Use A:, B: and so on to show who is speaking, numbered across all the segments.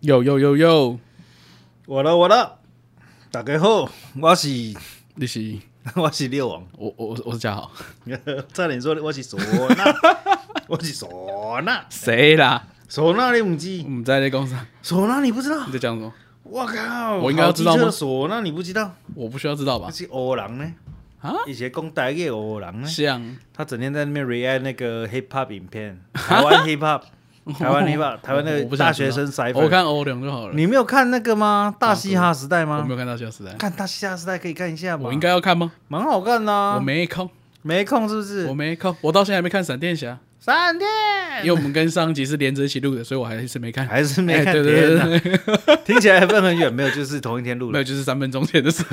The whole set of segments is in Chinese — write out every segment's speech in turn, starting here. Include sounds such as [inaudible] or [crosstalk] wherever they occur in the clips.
A: 有有有有，
B: 我了我了，大家好，我是 [laughs]
A: 你是
B: 我是六王， [laughs]
A: 我我我是嘉豪，
B: 差点说我是唢呐， [laughs] 我是唢呐，
A: 谁啦？
B: 唢呐你不知
A: 我，们在那公司，
B: 唢呐你不知道
A: 你，在讲什么？
B: 我靠，
A: 我应该要知道吗
B: 好机车的唢呐你不知道，
A: 我不需要知道吧
B: 那？是欧郎呢，
A: 啊，
B: 以前讲台语的欧郎呢，
A: 像
B: 他整天在那边 react 那个 hip hop
A: [laughs]
B: 影片，台湾 hip hop，台湾 hip hop，台湾那
A: 我不
B: 个
A: 想
B: 大
A: 知道
B: 学生 c y
A: 我看欧良就好了。
B: 你没啊有看那个吗？大嘻哈时代
A: 我
B: 吗
A: 没？有看到《小时代》，
B: 看大嘻哈时代可以看一下吗？
A: 我应该要看吗？
B: 蛮好看的啊，
A: 我没空，
B: 没空是不是
A: 我？没空，我到现在还没看《闪电侠
B: 闪电，》，
A: 因为我们跟上集是连着一起录的，所以我还是没看。
B: 嗯还是没
A: 哎
B: 看
A: 对
B: 别人
A: 对
B: 啊
A: 对对，
B: [laughs] 听起来分很远，没有，就是同一天录
A: [laughs] 没有，
B: 的。
A: 就是三分钟前的事。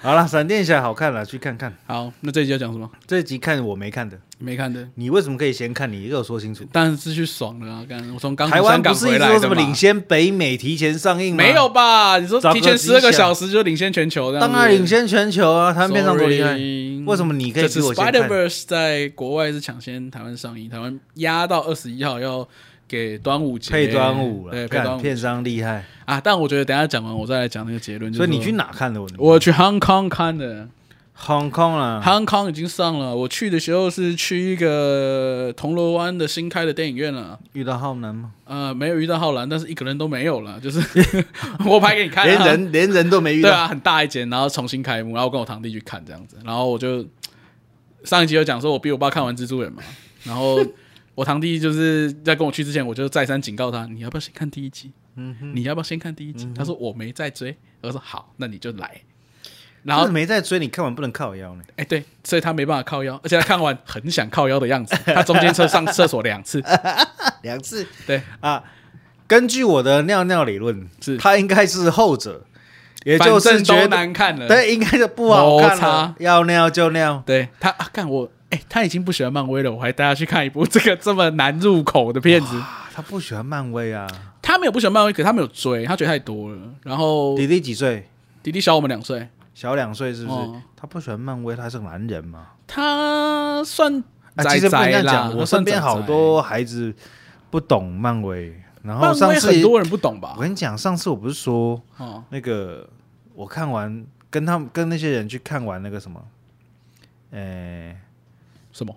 B: 好了，闪电侠好看了，去看看。
A: 好，那这集要讲什么？
B: 这集看我没看的，
A: 没看的，
B: 你为什么可以先看？你给我说清楚。
A: 当然是去爽了啊！刚我从刚
B: 台
A: 从
B: 湾
A: 香
B: 不
A: 港
B: 是一
A: 回
B: 直
A: 来
B: 说
A: 的
B: 什么
A: 嘛
B: 领先北美、提前上映吗？
A: 没有，吧？你说
B: 找个
A: 提前
B: 迹
A: 十二个
B: 象
A: 小时就领先全球，这样
B: 当然
A: 子
B: 领先全球啊，台湾片商多厉害。
A: Sorry
B: 为什么你可
A: 这
B: 以比
A: 次
B: 我先
A: Spider
B: 看？
A: Verse 在国外是抢先台湾上映，台湾压到二十一号要给端午节
B: 配端午
A: 对
B: 了，
A: 配端
B: 看
A: 午
B: 片商厉害。
A: 啊。但我觉得等一下讲完我再来讲那个结论。
B: 所以
A: 就是
B: 你去哪看的？我
A: 我去 Hong Kong 看的
B: Hong Kong 啊啦，
A: ，Hong Kong 已经上了。我去的时候是去一个铜锣湾的新开的电影院了，
B: 遇到浩南吗？
A: 呃，没有遇到浩然，但是一个人都没有了，就是
B: [laughs]
A: 我拍给你看、啊，
B: 连人连人都没遇
A: 对
B: 到。
A: 啊，很大一间，然后重新开幕，然后我跟我堂弟去看这样子，然后我就上一集有讲说，我逼我爸看完蜘蛛
B: [laughs]
A: 人嘛，然后我堂弟就是在跟我去之前，我就再三警告他，你要不要先看第一集？
B: 嗯
A: 你要不要先看第一集？他说我没在追，我说好，那你就来。然
B: 然
A: 后
B: 后没在追，你看完不能靠
A: [laughs]
B: 腰呢。
A: 哎、对，所以他没办法靠腰，而且他看完很想靠腰的样子，他中间车上厕所两
B: [laughs]
A: 次，
B: 两次
A: 对，
B: 啊，根据我的尿尿理论，
A: 是
B: 它应该是后者，也
A: 反
B: 就是
A: 正
B: 觉
A: 都
B: 得
A: 难看了。
B: 对，应该就不好
A: 摩
B: 看
A: 擦
B: 了，要尿就尿。
A: 对他啊，干我哎、他已经不喜欢漫威了，我还带他去看一部这个这么难入口的片子。
B: 啊他不喜欢漫威啊。
A: 他没有不喜欢漫威，可他没有追，他觉得太多了。然后
B: 弟弟几岁？
A: 迪迪小我们两岁，
B: 小两岁是不
A: 哦
B: 是？他不喜欢漫威，他是个男人嘛？
A: 他算
B: 啊，
A: 宅
B: 其实不能
A: 宅
B: 这样
A: 啦，
B: 讲，
A: 他
B: 我
A: 算
B: 身
A: 宅
B: 边
A: 宅
B: 好多孩子不懂漫威，然后
A: 漫
B: 上
A: 威
B: 次
A: 很多人不懂吧
B: 我？跟你讲，上次我不是说
A: 哦，
B: 那个我看完跟他们跟那些人去看完那个什么，呃、
A: 什么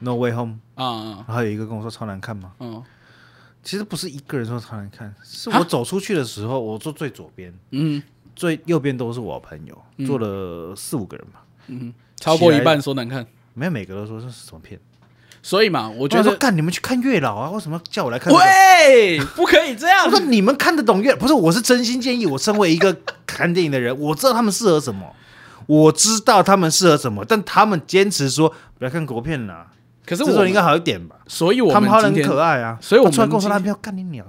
B: No Way Home，
A: 啊啊？
B: 然后有一个跟我说超难看嘛，
A: 嗯
B: 其实不是一个人说超难看，是
A: 哈
B: 我走出去的时候，我坐最左边，
A: 嗯
B: 最右边都是我朋友，坐了四五个人吧，
A: 嗯，超过一半说难看，
B: 没有每个都说这是什么片，
A: 所以嘛，我
B: 我
A: 觉
B: 说
A: 得
B: 干你们去看月老啊，为什么要叫我来看、这个？
A: 喂，不可以这
B: [laughs]
A: 样
B: 我。说你们看得懂月？不是，我是真心建议。我身为一个看电影的人， [laughs] 我知道他们适合什么，我知道他们适合什么，但他们坚持说不要看国片啦。
A: 可是
B: 这种
A: 我
B: 应该好一点吧？
A: 所以我
B: 他们好
A: 们今
B: 很
A: 天
B: 可爱啊，
A: 所以我们
B: 他出来跟我说
A: 今天
B: 他们要干你鸟。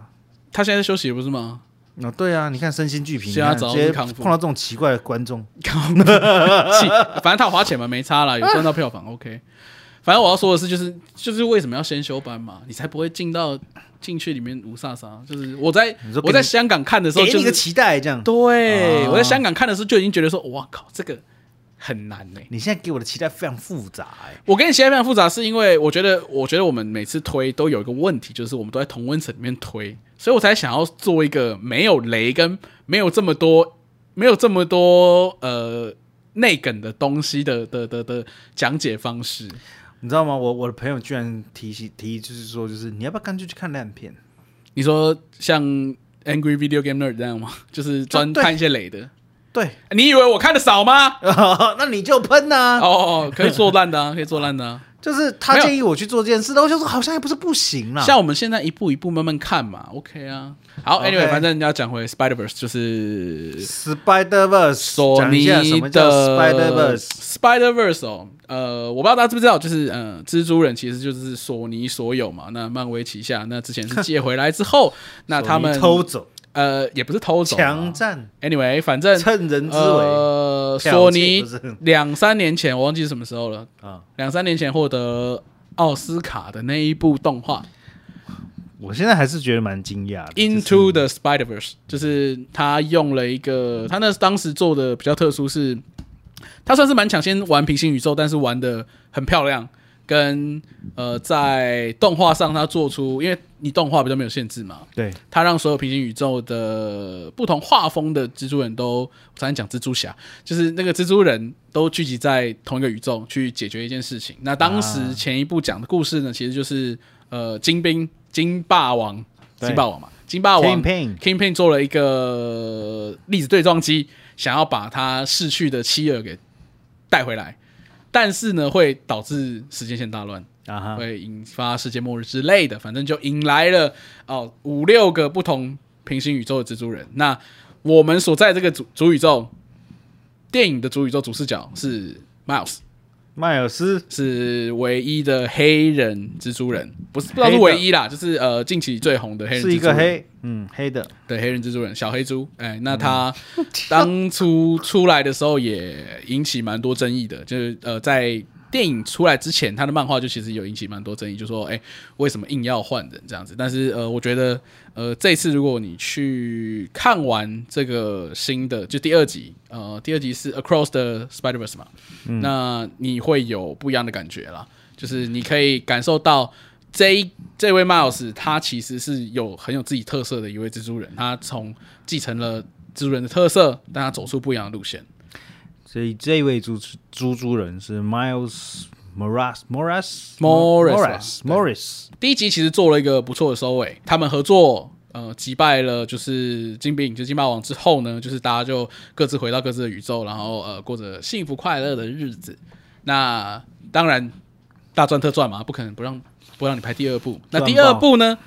A: 他现在在休息不是吗？
B: 啊、对啊，你看身心俱疲，你
A: 现在
B: 看
A: 找
B: 直
A: 到
B: 接
A: 是康复
B: 碰到这种奇怪的观众，
A: 气，反正他有花钱嘛，没差啦，有赚到票房，OK。反正我要说的是，就是就是为什么要先修班嘛，你才不会进到进去里面无萨沙。就是我在
B: 你说给你
A: 我在香港看的时候，
B: 给
A: 就
B: 你个
A: 是
B: 期待这样。
A: 对、
B: 啊
A: 我在香港看的时候就已经觉得说，哇靠，这个很难欸呢、
B: 你现在给我的期待非常复杂哎、
A: 我跟你现在非常复杂，是因为我觉得，我觉得我们每次推都有一个问题，就是我们都在同温层里面推，所以我才想要做一个没有雷跟没有这么多、没有这么多呃内梗的东西的的的的讲解方式。
B: 你知道吗？我我的朋友居然提起提，就是说，就是你要不要干脆去看烂片？
A: 你说像 Angry Video Game Nerd 这样吗？ [laughs] 就是专
B: 啊对
A: 看一些雷的。
B: 对， [laughs]
A: 你以为我看的少吗？
B: 那你就喷呐、
A: 哦哦，哦可以做烂的、啊，可以做烂的、
B: [laughs]
A: 啊。
B: 就是他
A: 没有
B: 建议我去做这件事，但我想说好像也不是不行啦。
A: 像我们现在一步一步慢慢看嘛，OK 啊。好
B: OK
A: ，Anyway，反正要讲回 Spider Verse，就是。
B: Spider Verse，
A: 索
B: 讲一
A: 尼
B: 下
A: 的
B: 什么叫 Spider Verse。
A: Spider Verse 哦，呃，我不知道大家知不知道，就是呃，蜘蛛人其实就是索尼所有嘛，那漫威旗下，那之前是借回来之
B: [laughs]
A: 后，那他们
B: 索尼偷走、
A: 呃也不是偷走啊
B: 强占、
A: ，anyway，反正
B: 趁人之危
A: 呃，
B: 剽窃
A: 索尼
B: 不是
A: 两三年前我忘记是什么时候了，
B: 啊！
A: 两三年前获得奥斯卡的那一部动画，
B: 我现在还是觉得蛮惊讶的。就是
A: Into the Spider Verse，就是他用了一个，他那当时做的比较特殊是，他算是蛮抢先玩平行宇宙，但是玩的很漂亮，跟呃在动画上它做出，因为你动画比较没有限制嘛，
B: 对，
A: 它让所有平行宇宙的不同画风的蜘蛛人都，我刚才讲蜘蛛侠，就是那个蜘蛛人都聚集在同一个宇宙去解决一件事情。那当时前一部讲的故事呢，其实就是呃金兵金霸王
B: 对
A: 金霸王嘛，金霸王
B: Kingpin
A: Kingpin 做了一个粒子对撞机，想要把他逝去的妻儿给带回来，但是呢会导致时间线大乱。
B: 啊哈，
A: 会引发世界末日之类的，反正就引来了哦五六个不同平行宇宙的蜘蛛人。那我们所在这个主主宇宙，电影的主宇宙主视角是 Miles，
B: 迈尔斯
A: 是唯一的黑人蜘蛛人，不是不知道是
B: 黑的
A: 唯一啦，就是呃近期最红的黑人蜘蛛
B: 是
A: 人
B: 一个黑，嗯，黑的，
A: 对黑人蜘蛛人小黑猪。哎，那他当初出来的时候也引起蛮多争议的，就是呃在。电影出来之前，他的漫画就其实有引起蛮多争议，就说哎、为什么硬要换人这样子？但是呃，我觉得呃，这次如果你去看完这个新的，就第二集，呃，第二集是 Across the Spider Verse 嘛，那你会有不一样的感觉啦，就是你可以感受到这一这位 Miles 他其实是有很有自己特色的一位蜘蛛人，他从继承了蜘蛛人的特色，但他走出不一样的路线。
B: 所以这位猪猪猪人是 Miles Morales Morales
A: Morales 吧
B: Morales Morales，
A: 第一集其实做了一个不错的收尾，他们合作。呃，击败了就是金兵，就金霸王之后呢，就是大家就各自回到各自的宇宙，然后呃过着幸福快乐的日子。那当然大赚特赚嘛，不可能不让不让你拍第二部。那
B: 赚爆
A: 第二部呢，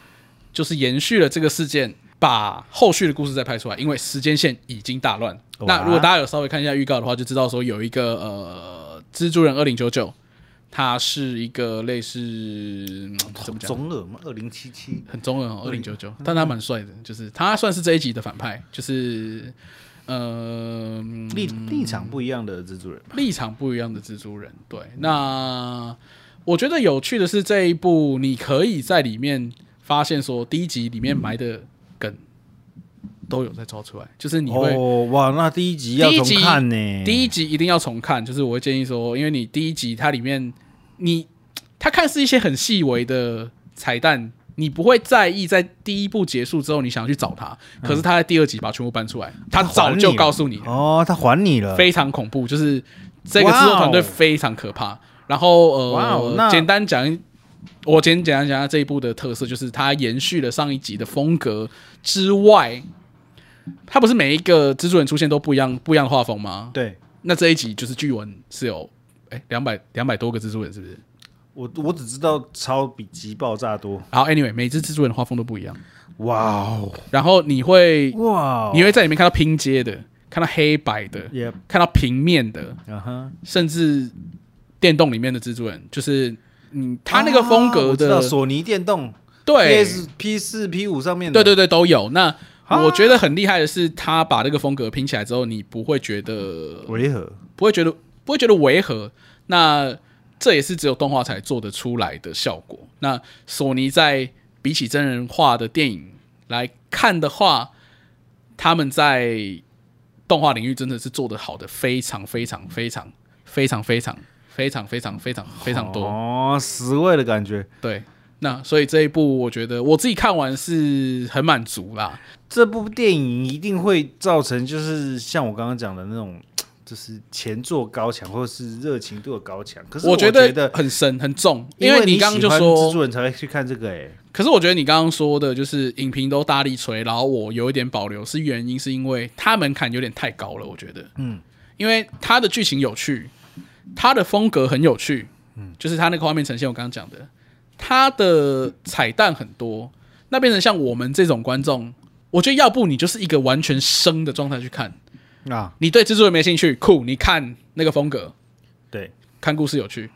A: 就是延续了这个事件，把后续的故事再拍出来，因为时间线已经大乱。
B: 哇
A: 那如果大家有稍微看一下预告的话，就知道说有一个呃蜘蛛人二零九九，它是一个类似嗯怎么讲？
B: 中二嘛，二零七七，
A: 很中二哦，二零九九，但他蛮帅的，就是他算是这一集的反派，就是呃嗯
B: 立立场不一样的蜘蛛人，
A: 立场不一样的蜘蛛人。对，那我觉得有趣的是这一部，你可以在里面发现说第一集里面埋的梗都有在抓出来，就是你会、
B: 哦哇，那第一集要
A: 第一
B: 重
A: 集
B: 看呢，
A: 第一集一定要重看，就是我会建议说，因为你第一集它里面你它看似一些很细微的彩蛋，你不会在意在第一部结束之后你想要去找它，
B: 嗯
A: 可是它在第二集把它全部搬出来，它早就告诉你了，
B: 哦，他还你了，
A: 非常恐怖，就是这个制作团队非常可怕。然后
B: 哦哇
A: 呃，
B: 哦那
A: 简单讲一，我简简单讲一下这一部的特色，就是它延续了上一集的风格之外，它不是每一个蜘蛛人出现都不一样不一样的画风吗？
B: 对
A: 那这一集就是据闻是有哎两百两百多个蜘蛛人，是不是？
B: 我我只知道超比极爆炸多，
A: 然后 anyway，每只蜘蛛人的画风都不一样，
B: 哇哦
A: 然后你会
B: 哇哦，
A: 你会在里面看到拼接的，看到黑白的，
B: 也
A: 看到平面的，
B: 啊哈，
A: 甚至电动里面的蜘蛛人，就是嗯，他那个风
B: 啊
A: 格
B: 我知
A: 的、
B: 道索尼电动
A: 对
B: PS P 四 P 五上面的，
A: 对对对都有。那
B: 啊
A: 我觉得很厉害的是，他把这个风格拼起来之后，你不会觉得
B: 违和，
A: 不会觉得不会觉得违和。那这也是只有动画才做得出来的效果。那索尼在比起真人化的电影来看的话，他们在动画领域真的是做得好的非常非常非常非常非常非常非常非常非常多。
B: 哦，十位的感觉。
A: 对，那所以这一部我觉得我自己看完是很满足啦。
B: 这部电影一定会造成，就是像我刚刚讲的那种，就是前作高强或者是热情度的高强。可是
A: 我
B: 觉
A: 得很深很重，因为
B: 你
A: 刚刚就
B: 喜欢
A: 说
B: 蜘蛛人才会去看这个、欸，
A: 可是我觉得你刚刚说的，就是影评都大力吹，然后我有一点保留，是原因是因为它门槛有点太高了，我觉得，嗯，因为它的剧情有趣，它的风格很有趣，嗯，就是它那个画面呈现，我刚刚讲的，它的彩蛋很多，那变成像我们这种观众，我觉得要不你就是一个完全生的状态去看，
B: 哎，啊，
A: 你对蜘蛛人没兴趣，酷，你看那个风格，
B: 对，
A: 看故事有趣，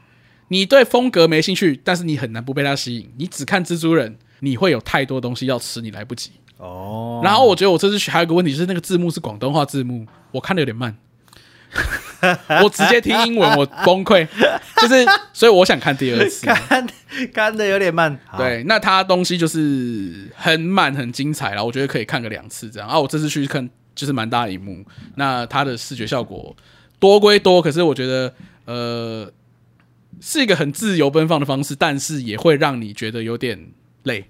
A: 你对风格没兴趣，但是你很难不被它吸引。你只看蜘蛛人，你会有太多东西要吃，你来不及。
B: 哦，
A: 然后我觉得我这次还有一个问题是，那个字幕是广东话字幕，我看的有点慢，我直接听英文，我崩溃。就是，所以我想看第二次。
B: [laughs] 看看的有点慢，好，
A: 对，那它东西就是很满很精彩啦，我觉得可以看个两次这样。啊，我这次去看就是蛮大的荧幕，那它的视觉效果多归多，可是我觉得呃，是一个很自由奔放的方式，但是也会让你觉得有点累。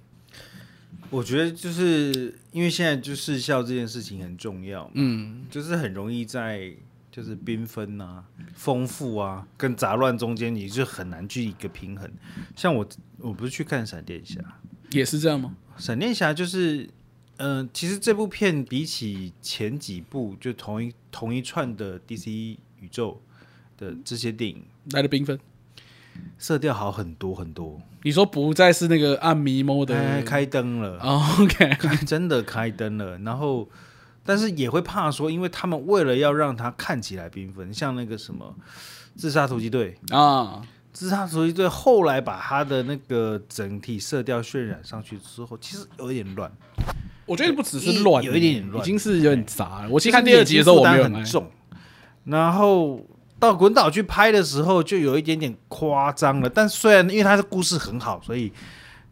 B: 我觉得就是因为现在就视效这件事情很重要，
A: 嗯，
B: 就是很容易在就是缤纷啊、丰富啊跟杂乱中间，你就很难去一个平衡。像我，我不是去看闪电侠，
A: 也是这样吗？
B: 闪电侠就是，嗯、其实这部片比起前几部就同一同一串的 DC 宇宙的这些电影，
A: 来的缤纷，
B: 色调好很多很多，
A: 你说不再是那个暗迷蒙的、
B: 哎，开灯了。
A: 哦，OK，
B: [laughs] 开真的开灯了，然后但是也会怕说，因为他们为了要让它看起来缤纷，像那个什么自杀突击队，
A: 啊，
B: 自杀突击队后来把它的那个整体色调渲染上去之后，其实有一点乱。
A: 我觉得不只是
B: 一
A: 乱，
B: 有一点点乱
A: 已经是有点杂了。我
B: 我
A: 其实看第二集的时候，我没有很
B: 很
A: 爱
B: 重，然后到滚岛去拍的时候，就有一点点夸张了。但虽然因为它的故事很好，所以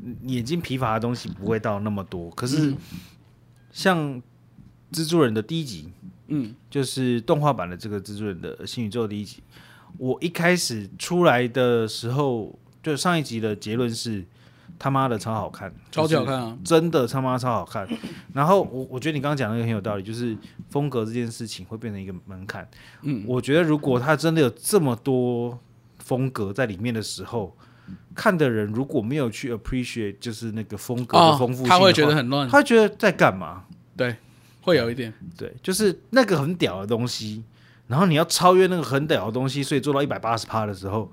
B: 嗯眼睛疲乏的东西不会到那么多。可是
A: 嗯
B: 像蜘蛛人的第一集，
A: 嗯，
B: 就是动画版的这个蜘蛛人的新宇宙第一集，我一开始出来的时候，就上一集的结论是他妈的超好看，
A: 超级好看啊，
B: 真的他妈超好看。 [laughs] 然后我我觉得你刚刚讲的那个很有道理，就是风格这件事情会变成一个门槛。
A: 嗯，
B: 我觉得如果他真的有这么多风格在里面的时候，看的人如果没有去 appreciate 就是那个风格的
A: 哦
B: 丰富性的话、
A: 他会觉得很乱，
B: 他会觉得在干嘛？
A: 对，会有一点。
B: 对，就是那个很屌的东西，然后你要超越那个很屌的东西，所以做到一百八十趴的时候，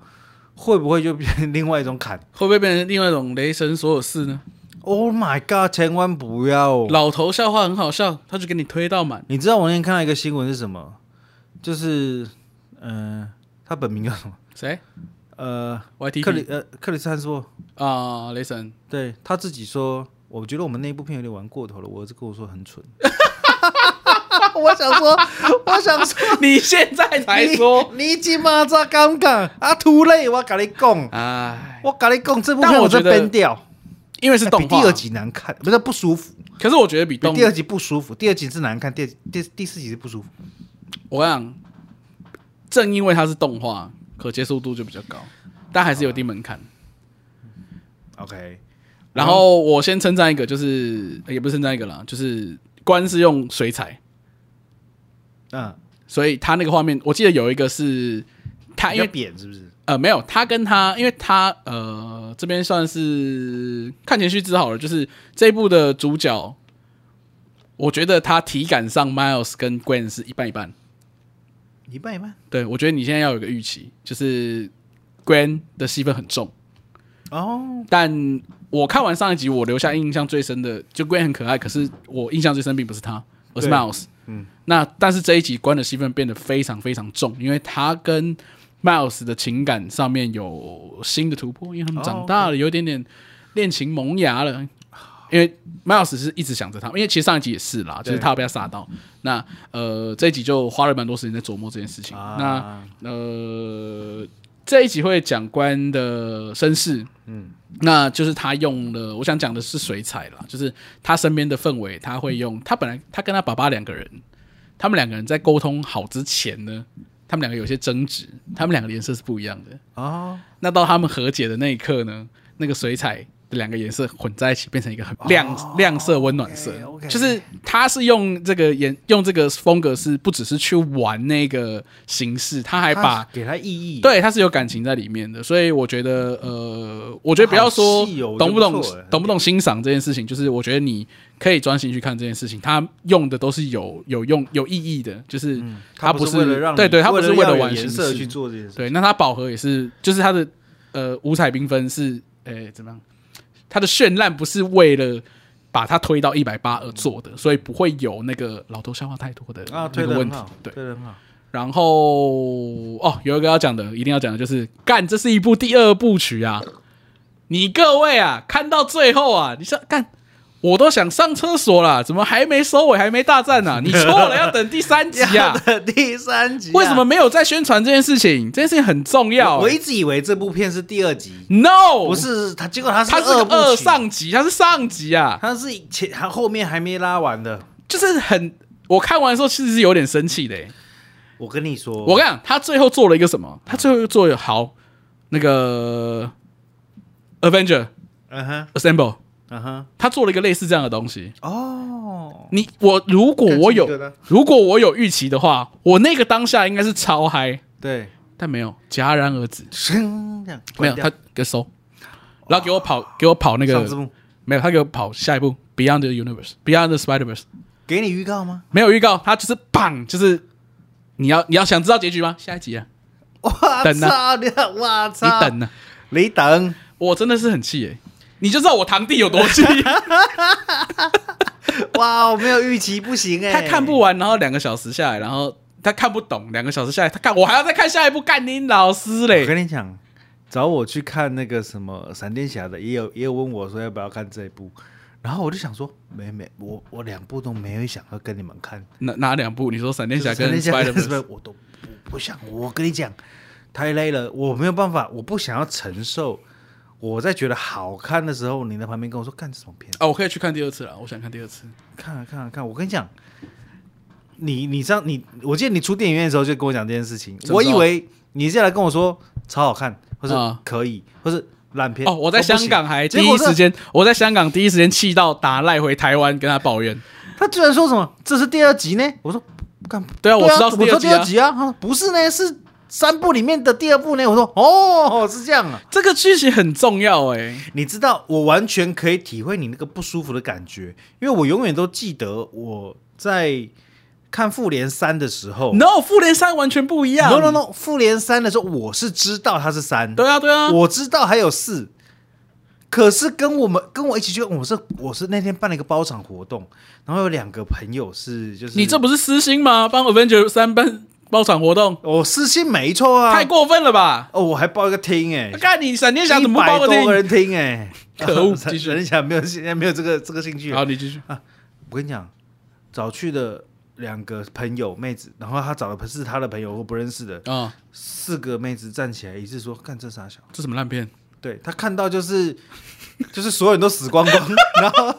B: 会不会就变成另外一种坎
A: 会不会变成另外一种雷神所有事呢？
B: ？Oh my god！千万不要！哦
A: 老头笑话很好笑，他就给你推到满。
B: 你知道我那天看到一个新闻是什么？就是，嗯、他本名叫什么？
A: 谁
B: 呃，克里
A: ？YTP
B: 呃克里斯汉说，
A: 啊，雷神， [laughs]
B: 对他自己说，我觉得我们那部片有点玩过头了。我儿子跟我说很蠢。 [laughs] 我想说，我想说，
A: 你现在才说，
B: 你你鸡巴咋敢讲啊？too late，我跟你讲。
A: 哎，
B: 我跟你讲，这部
A: 但
B: 片
A: 我
B: 我
A: 觉
B: 真
A: 得
B: 崩掉，
A: 因为是动
B: 哎比第
A: 画
B: 二，集难看，不是不舒服，
A: 可是我觉得比
B: 比
A: 动
B: 第，二集不舒服，第二集是难看，第二集第第四集是不舒服。
A: 我跟你讲，正因为它是动画，可接受度就比较高，但还是有一定门
B: 啊
A: 槛。
B: OK，
A: 然后我先称赞一个，就是也不是称赞一个啦，就是关是用水彩，
B: 嗯，
A: 所以他那个画面，我记得有一个是他
B: 比
A: 因
B: 较
A: 为
B: 扁是不是？
A: 呃没有他跟他，因为他呃这边算是看前须知好了，就是这一部的主角，我觉得他体感上 Miles 跟 Gwen 是一半一半，
B: 一半一半。
A: 对我觉得你现在要有一个预期，就是 Gwen 的戏份很重，
B: 哦，
A: 但我看完上一集，我留下印象最深的就 Gwen 很可爱，可是我印象最深并不是他，而是
B: 对
A: Miles。嗯，那但是这一集关的戏份变得非常非常重，因为他跟 Miles 的情感上面有新的突破，因为他们长
B: 哦
A: 大了，有一点点恋情萌芽了。因为 Miles 是一直想着他，因为其实上一集也是啦，就是
B: 对
A: 他被他杀到。那呃，这一集就花了蛮多时间在琢磨这件事情。
B: 啊
A: 那呃，这一集会讲关的身世，嗯，那就是他用了，我想讲的是水彩啦，就是他身边的氛围，他会用他本来他跟他爸爸两个人，他们两个人在沟通好之前呢，他们两个有些争执，他们两个颜色是不一样的。
B: 哦，
A: 那到他们和解的那一刻呢，那个水彩的两个颜色混在一起，变成一个很亮、亮色、温暖色。
B: OK，OK
A: 就是他是用这个颜，用这个风格是不只是去玩那个形式，他还把
B: 它给它意义。，
A: 对，它是有感情在里面的，所以我觉得，呃，我觉得不要说
B: 嗯好细哦我觉得
A: 懂不
B: 不
A: 懂、
B: 错哎
A: 懂不懂欣赏这件事情，就是我觉得你可以专心去看这件事情，它用的都是有有用、有意义的，就是它
B: 它
A: 不
B: 嗯不
A: 是
B: 为了让
A: 对对，它
B: 它
A: 不是
B: 为
A: 了
B: 要有
A: 玩
B: 颜
A: 形
B: 色
A: 式
B: 去做这件事。
A: 对，那它饱和也是，就是它的呃五彩缤纷是，呃怎么样？它的绚烂不是为了把它推到一百八而做的，所以不会有那个老头消化太多的
B: 啊，
A: 那
B: 推
A: 个
B: 的
A: 问
B: 很
A: 题
B: 好，。
A: 对，
B: 推的很好。
A: 然后哦，有一个要讲的，一定要讲的就是，干，这是一部第二部曲啊！你各位啊，看到最后啊，你想干，我都想上厕所啦，怎么还没收尾，还没大战呢、
B: [laughs]
A: 啊？你错了，要等第三集啊！
B: 的第三集啊，
A: 为什么没有在宣传这件事情？这件事情很重要、
B: 我一直以为这部片是第二集，
A: no，
B: 不，是它，结果它是
A: 它是个
B: 部
A: 二
B: 曲，
A: 上集，它是上集啊，
B: 它是前它后面还没拉完的。
A: 就是很，我看完的时候其实是有点生气的、欸。
B: 我跟你说，
A: 我跟你讲，他最后做了一个什么？他最后又做了好，那个 Avenger
B: 嗯哼，
A: Assemble，
B: 嗯哼，
A: 他做了一个类似这样的东西。
B: 哦，
A: 你我如果我有
B: 更新的呢
A: 如果我有预期的话，我那个当下应该是超嗨，
B: 对，
A: 但没有戛然而止，
B: 声这样
A: 没有
B: 关掉
A: 他给收，然后给我跑给我跑那
B: 上字
A: 个
B: 幕，
A: 没有他给我跑下一步 Beyond the Universe，Beyond the Spider Verse
B: 给你预告吗？
A: 没有预告，他就是砰，就是你要你要想知道结局吗？下一集啊，
B: 我
A: 等啊
B: 操，你我
A: 你
B: 操，
A: 等呢、啊
B: 你等，
A: 我真的是很气耶、你就知道我堂弟有多气，
B: [laughs] 哇，我没有预期，不行哎，
A: 他看不完，然后两个小时下来，然后他看不懂，两个小时下来，他看我还要再看下一部，干你老师
B: 我
A: 嘞！
B: 跟你讲，找我去看那个什么闪电侠的，也有也有问我说要不要看这一部，然后我就想说，没没，我我两部都没有想要跟你们看，
A: 哪哪两部？你说闪电侠
B: 闪
A: 跟
B: 电侠
A: Spider
B: 跟 [laughs] Spider-Man 我都不不想，我跟你讲，太累了，我没有办法，我不想要承受。我在觉得好看的时候，你在旁边跟我说干这什么片，
A: 哦，我可以去看第二次了，我想看第二次。
B: 看啊看啊看！我跟你讲，你你上你，我记得你出电影院的时候就跟我讲这件事情，
A: 怎么
B: 我
A: 知
B: 以
A: 道
B: 为你是要来跟我说超好看，或是
A: 啊
B: 可以，或是烂片。
A: 哦，我在
B: 不行
A: 香港还第
B: 结果
A: 一
B: 是
A: 时间，我在香港第一时间气到打赖回台湾跟他抱怨。
B: 他居然说什么这是第二集呢？我说干，
A: 对啊，我知道是
B: 我说第
A: 集啊
B: 二。集啊，他说不是呢，是三部里面的第二部呢。我说哦，是这样啊。
A: 这个剧情很重要哎、
B: 你知道，我完全可以体会你那个不舒服的感觉，因为我永远都记得我在看复联三的时候。
A: No，复联三完全不一样。
B: No no no！复联三的时候，我是知道它是三，
A: 对啊对啊，
B: 我知道还有四，可是跟我们跟我一起去，我是我是那天办了一个包场活动，然后有两个朋友是就是
A: 你这不是私心吗？帮 Avenger 三办包场活动，
B: 我哦私信没错啊，
A: 太过分了吧？
B: 哦，我还包一个厅哎、
A: 看啊你闪电侠
B: 一
A: 怎么
B: 百
A: 包个
B: 多
A: 电
B: 个人听哎、
A: [laughs] 可
B: [laughs]
A: 恶继续
B: 人家没有现在没有这个这个兴趣
A: 影？啊
B: 了。
A: 好，你继续。
B: 我跟你讲，早去的两个朋友妹子，然后他找的是他的朋友，我不认识的
A: 啊、
B: 四个妹子站起来一致说：“干这傻小。”
A: 这什么烂片？
B: 对他看到就是 [laughs] 就是所有人都死光光， [laughs] 然后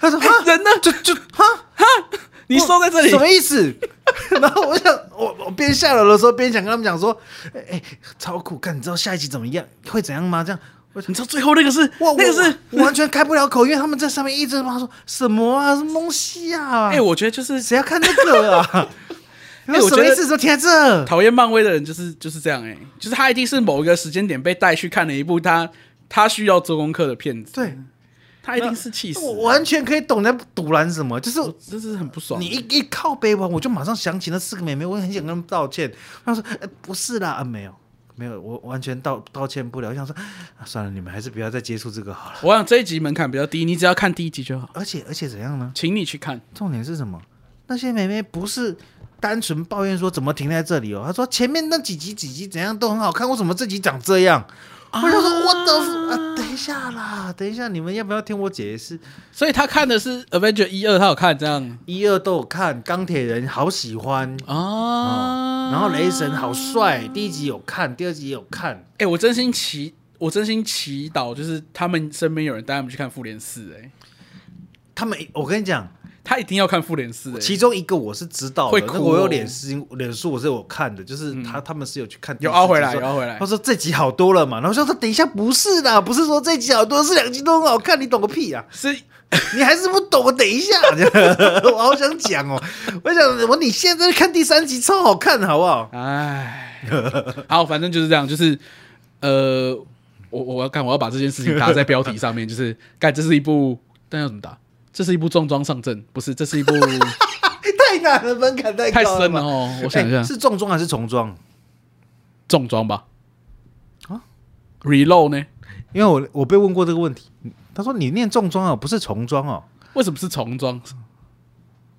B: 他说：“哈，
A: 啊人呢？
B: 就就哈，
A: 你收在这里
B: 什么意思？” [laughs] 然后我想，我我边下楼的时候边想跟他们讲说：“哎、哎超酷！干，你知道下一集怎么样？会怎样吗？”这样。我
A: 你知道最后那个是
B: 哇，我
A: 那个是。
B: 我完全开不了口，因为他们在上面一直骂说什么啊，什么东西啊，
A: 哎、我觉得就是
B: 谁要看这
A: [laughs]
B: 个啊？你
A: 哎我
B: 说什
A: 觉
B: 么
A: 得
B: 意思？怎么贴这？
A: 讨厌漫威的人就是就是这样哎、就是他一定是某一个时间点被带去看了一部他他需要做功课的片子，
B: 对，
A: 他一定是气死
B: 我
A: 了，
B: 完全可以懂在堵拦什么，就是
A: 真是很不爽。
B: 你一一靠背完，我就马上想起那四个妹妹，我很想跟她们道歉。她说：“呃，不是啦，啊，没有，没有，我完全道道歉不了。”我想说、啊算了，你们还是不要再接触这个好了。
A: 我想这一集门槛比较低，你只要看第一集就好，
B: 而且而且怎样呢？
A: 请你去看。
B: 重点是什么？那些妹妹不是单纯抱怨说怎么停在这里哦，她说前面那几集几集怎样都很好看，为什么这集长这样？我就说我的、啊，等一下啦，等一下，你们要不要听我解释？
A: 所以他看的是 Avenger 一二，他有看这样
B: 一二都有看，钢铁人好喜欢，
A: 啊、
B: 然后雷神好帅，第一集有看，第二集也有看，
A: 哎、我真心祈，我真心祈祷，就是他们身边有人带他们去看复联四，哎，
B: 他们我跟你讲，
A: 他一定要看复联四，哎，
B: 其中一个我是知道的，
A: 会哭哦
B: 那个我有脸书脸书我是有看的，就是他、他们嗯是有去看，
A: 有凹回来，有。凹回来
B: 他。说这集好多了嘛，然后我说他等一下不是啦，不是说这集好多，是两集都很好看，你懂个屁 [laughs] 啊！
A: 是
B: 你还是不懂，我等一下， [laughs] 我好想讲哦，我想我你现在看第三集超好看，好不好？
A: 唉，好，反正就是这样，就是呃，我我要看，我要把这件事情打在标题上面，就是干，这是一部，但要怎么打？这是一部重装上阵，不是，这是一
B: [laughs]
A: 部
B: 太难了，门槛太
A: 太
B: 高
A: 深
B: 嘛
A: 了哦。我想一下，
B: 哎是重装还是重装？
A: 重装吧？
B: 啊
A: ，reload 呢？
B: 因为我我被问过这个问题，他说你念重装哦，不是重装哦。
A: 为什么是重装？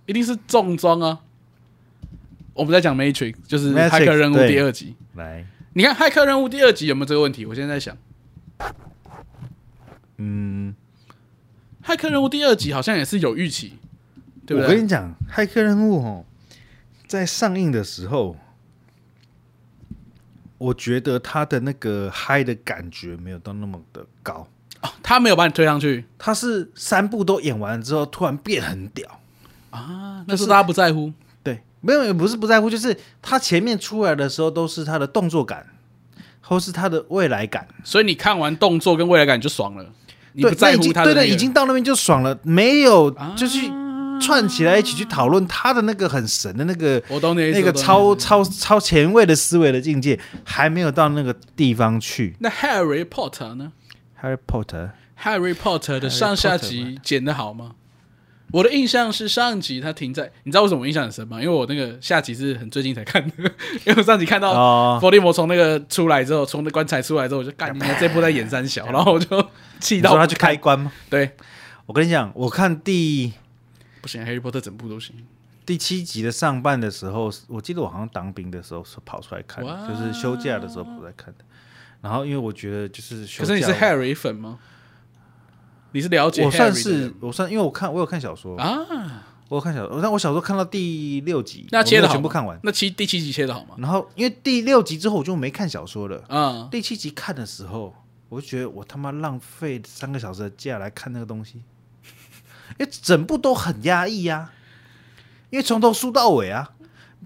A: 一定是重装啊！我们在讲 Matrix，就是《
B: Matrix，
A: 骇客任务》
B: 对
A: 第二集。
B: 来，
A: 你看《骇客任务》第二集有没有这个问题？我现在在想，
B: 嗯，
A: 《骇客任务》第二集好像也是有预期，对不
B: 我跟
A: 对？
B: 你讲，《骇客任务》哦，在上映的时候，我觉得它的那个嗨的感觉没有到那么的高。
A: 哦他没有把你推上去
B: 它是三部都演完之后，突然变很屌。
A: 啊，那是大家不在乎。
B: 对，没有，也不是不在乎，就是它前面出来的时候都是它的动作感，或是它的未来感。
A: 所以你看完动作跟未来感你就爽了，你不
B: 对
A: 在
B: 那已
A: 乎
B: 经
A: 他
B: 对
A: 的那
B: 对，
A: 个啊
B: 已经到那边就爽了，没有就是串起来一起去讨论他的那个很神的那个
A: 我懂你的意思
B: 那个
A: 我懂你的意思
B: 超超超前卫的思维的境界，还没有到那个地方去。
A: 那 Harry Potter 呢
B: Harry Potter，
A: ？Harry Potter 的上下集剪的好吗？我的印象是上集它停在，你知道为什么我印象很深吗？因为我那个下集是很最近才看的， [laughs] 因为我上集看到
B: 哦
A: 伏地魔从那个出来之后，从那棺材出来之后，我就干，你们这部在演三
B: [laughs]
A: 小，然后我就气
B: 你
A: 到
B: 说他去开关吗？
A: 对，
B: 我跟你讲，我看第
A: 不行，Harry Potter 整部都行。
B: 第七集的上半的时候，我记得我好像当兵的时候是跑出来看的，
A: 哇
B: 就是休假的时候跑出来看的。然后因为我觉得就是休
A: 可
B: 假
A: 是
B: 我，
A: 你是 Harry 粉吗？你是了解哦 Harry
B: 我算
A: 的
B: 是
A: 人
B: 我算，因为我看我有看小说，
A: 啊，
B: 我有看小说，但我小说看到第六集，
A: 那
B: 我没
A: 切
B: 有
A: 的好吗
B: 全部看完。
A: 那七第七集切的好吗？
B: 然后因为第六集之后我就没看小说了，
A: 啊、
B: 第七集看的时候，我就觉得我他妈浪费三个小时的假来看那个东西，因为整部都很压抑呀、因为从头输到尾啊。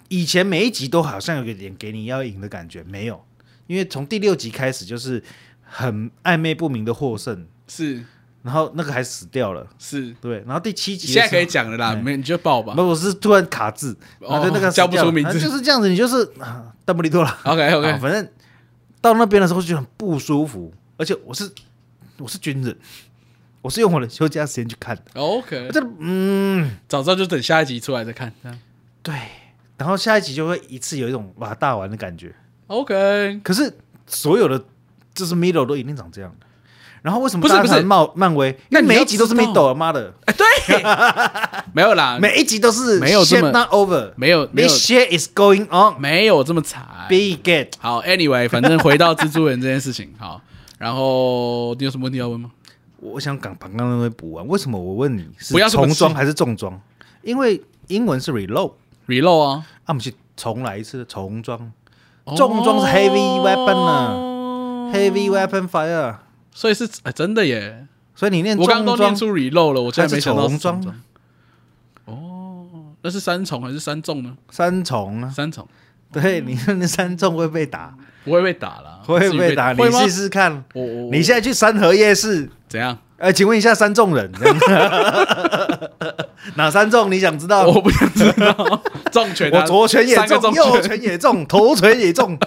B: 以前每一集都好像有一点给你要赢的感觉，没有，因为从第六集开始就是很暧昧不明的获胜，
A: 是
B: 然后那个还死掉了，
A: 是，
B: 对，然后第七集的
A: 现在
B: 时候
A: 可以讲了啦，
B: 哎
A: 没你就报吧。
B: 不，我是突然卡字，
A: 哦
B: 然后就那个
A: 叫不出名字
B: 死掉了就是这样子，你就是啊，邓布利多了。
A: OK
B: 啊
A: OK，
B: 反正到那边的时候就很不舒服，而且我是我是军人，我是用我的休假时间去看的。
A: OK，
B: 这嗯，
A: 早知道就等下一集出来再看。这样
B: 对，然后下一集就会一次有一种哇大玩的感觉。
A: OK，
B: 可是所有的就是 middle 都一定长这样的。然后为什么
A: 不是
B: 大家
A: 不是
B: 讨厌漫漫威？
A: 那
B: 那
A: 你要
B: 每一集都是
A: 知道
B: middle，妈的，
A: 哎 [laughs] 没有啦，没
B: 每一集都是
A: 没有这
B: shit
A: 么
B: not over，
A: 没有没有
B: this shit is going on，be
A: 没有这么惨。
B: get。
A: 好，Anyway，反正回到蜘蛛人这件事情，好，然后你有什么问题要问吗？
B: 我想讲把刚刚那边补完，为什么我问你是
A: 不要这么
B: 重装
A: 气
B: 还是重装？因为英文是 reload，
A: Reload 啊，
B: 啊，我们去重来一次重装、
A: 哦
B: 哦重装是 heavy weapon
A: 啊
B: h e a v y weapon fire。
A: 所以是、哎真的耶，
B: 所以你念
A: 我
B: 重
A: 刚刚都念
B: 装，
A: 出 reload 了，我竟然没想到
B: 还是重
A: 重
B: 装
A: 哦，那是三重还是三重呢？
B: 三重啊，
A: 三重
B: 对，你念那三重会被打，
A: 不会被打啦，
B: 会
A: 自己
B: 被
A: 被
B: 打，
A: 嗯会
B: 你
A: 吗
B: 试？试看。
A: 我我
B: 你现在去三河夜市，
A: 我怎样？
B: 呃，请问一下三
A: [laughs]
B: 重人，这样哪三重？你想知道？
A: [laughs] 我不想知道，重拳啊、
B: [laughs] 我左拳也
A: 三个重
B: 中，右拳也中，头拳也中，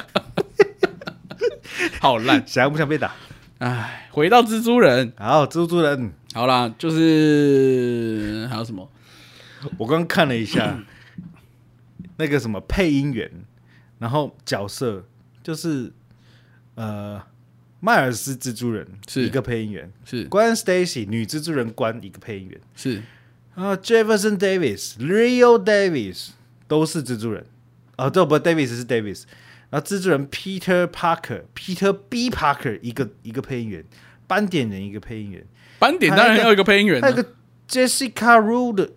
A: [laughs] 好烂。
B: 想不想被打？
A: 唉，回到蜘蛛人，
B: 好，蜘蛛人，
A: 好啦，就是还有什么？
B: 我刚刚看了
A: [clears throat]
B: 一下那个什么配音员，然后角色就是呃迈尔斯蜘蛛人
A: 是
B: 一个配音员，
A: 是
B: 关 Stacy 女蜘蛛人关一个配音员，
A: 是
B: 然后 Jefferson Davis、Rio Davis 都是蜘蛛人，哦，这不 Davis 是 Davis，然后蜘蛛人 Peter Parker、Peter B Parker 一个一个配音员，斑点人一个配音员，
A: 斑点，当然要有一个配音员啊
B: 还。有个 Jessica Rue 的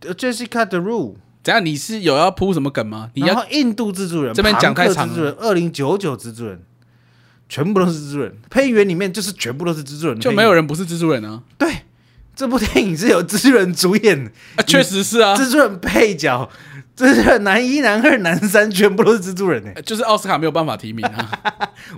B: 呃 Jessica d e r u e
A: 怎样？你是有要铺什么梗吗？你
B: 然
A: 要
B: 后印度蜘蛛人
A: 这边讲太长
B: 庞克蜘蛛人，二零九九蜘蛛人，全部都是蜘蛛人。配音员里面就是全部都是蜘蛛人，
A: 就
B: 配音员
A: 没有人不是蜘蛛人啊？
B: 对。这部电影是有蜘蛛人主演，
A: 啊，确实是啊，
B: 蜘蛛人配角，蜘蛛人男一、男二、男三全部都是蜘蛛人呢。欸
A: 就是奥斯卡没有办法提名
B: [laughs]
A: 啊。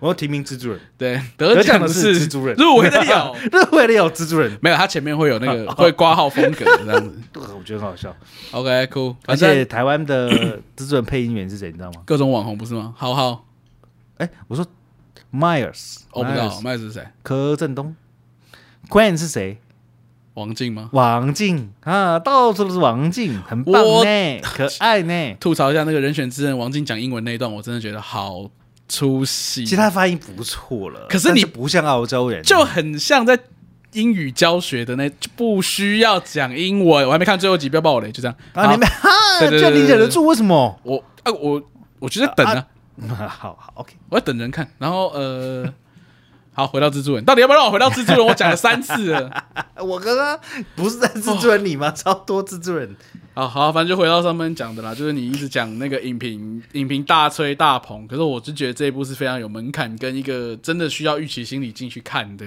B: 我要提名蜘蛛人，
A: 对，得奖
B: 的
A: 是
B: 蜘蛛人，
A: 入围的有。
B: [laughs] 入围的有蜘蛛人，
A: 没有，他前面会有那个会挂号风格这样子。
B: 我觉得很好笑。
A: OK，cool，、反
B: 而且
A: 正
B: 台湾的 [coughs] 蜘蛛人配音员是谁，你知道吗？
A: 各种网红不是吗？浩浩，
B: 哎，我说 Myers，
A: 哦我不知道
B: Myers，
A: 麦子是谁，
B: 柯震东，Gwen 是谁？
A: 王静吗？
B: 王静啊，到处都是王静，很棒
A: 我
B: 呢，可爱呢。
A: 吐槽一下那个人选之人王静讲英文那一段，我真的觉得好出戏
B: 其，实他发音不错了，
A: 可是你
B: 但不像澳洲人，啊
A: 就很像在英语教学的那，就不需要讲英文。我还没看最后集，不要爆我雷，就这样。
B: 啊，你
A: 好
B: 们哈，
A: 对对对
B: 这你忍得住？为什么？
A: 我啊，我我就在等啊，
B: 嗯 [laughs] 好好，OK，
A: 我在等人看。然后呃， [laughs] 好，回到蜘蛛人，到底要不要让我回到蜘蛛人？我讲了三次了。 [laughs]
B: 我刚刚不是在蜘蛛人里吗？超多蜘蛛人，
A: 啊，好，反正就回到上面讲的啦，就是你一直讲那个影评，影评大吹大捧，可是我就觉得这一部是非常有门槛，跟一个真的需要预期心理进去看的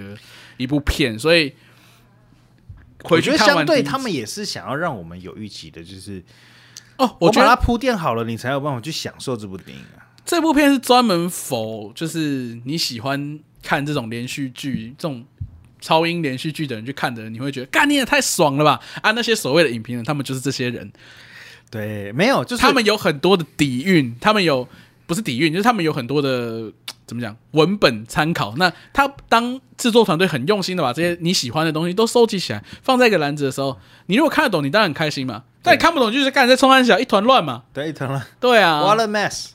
A: 一部片，所以回
B: 我
A: 去
B: 觉得
A: 看
B: 相
A: 完
B: 对
A: 第一
B: 他们也是想要让我们有预期的，就是
A: 哦，
B: 我
A: 我觉
B: 把它
A: 得
B: 铺垫好了，你才有办法去享受这部电影啊。
A: 这部片是专门否，就是你喜欢看这种连续剧、这种超英连续剧的人去看的人，你会觉得，干你也太爽了吧！啊，那些所谓的影评人，他们就是这些人，
B: 对，没有，就是
A: 他们有很多的底蕴，他们有不是底蕴，就是他们有很多的怎么讲文本参考。那他当制作团队很用心的把这些你喜欢的东西都收集起来，放在一个篮子的时候，你如果看得懂，你当然很开心嘛。但你看不懂，就是干在冲三小一团乱嘛。
B: 对一团了
A: 对啊，
B: ，Water Mess，